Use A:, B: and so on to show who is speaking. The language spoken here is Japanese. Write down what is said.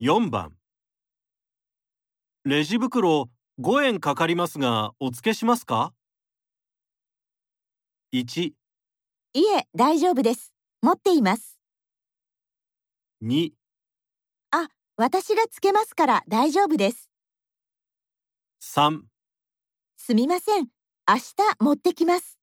A: 4番レジ袋5円かかりますがお付けしますか ?1、
B: いえ、大丈夫です。持っています。
A: 2、
B: 私がつけますから大丈夫です。
A: 3
B: すみません。明日持ってきます。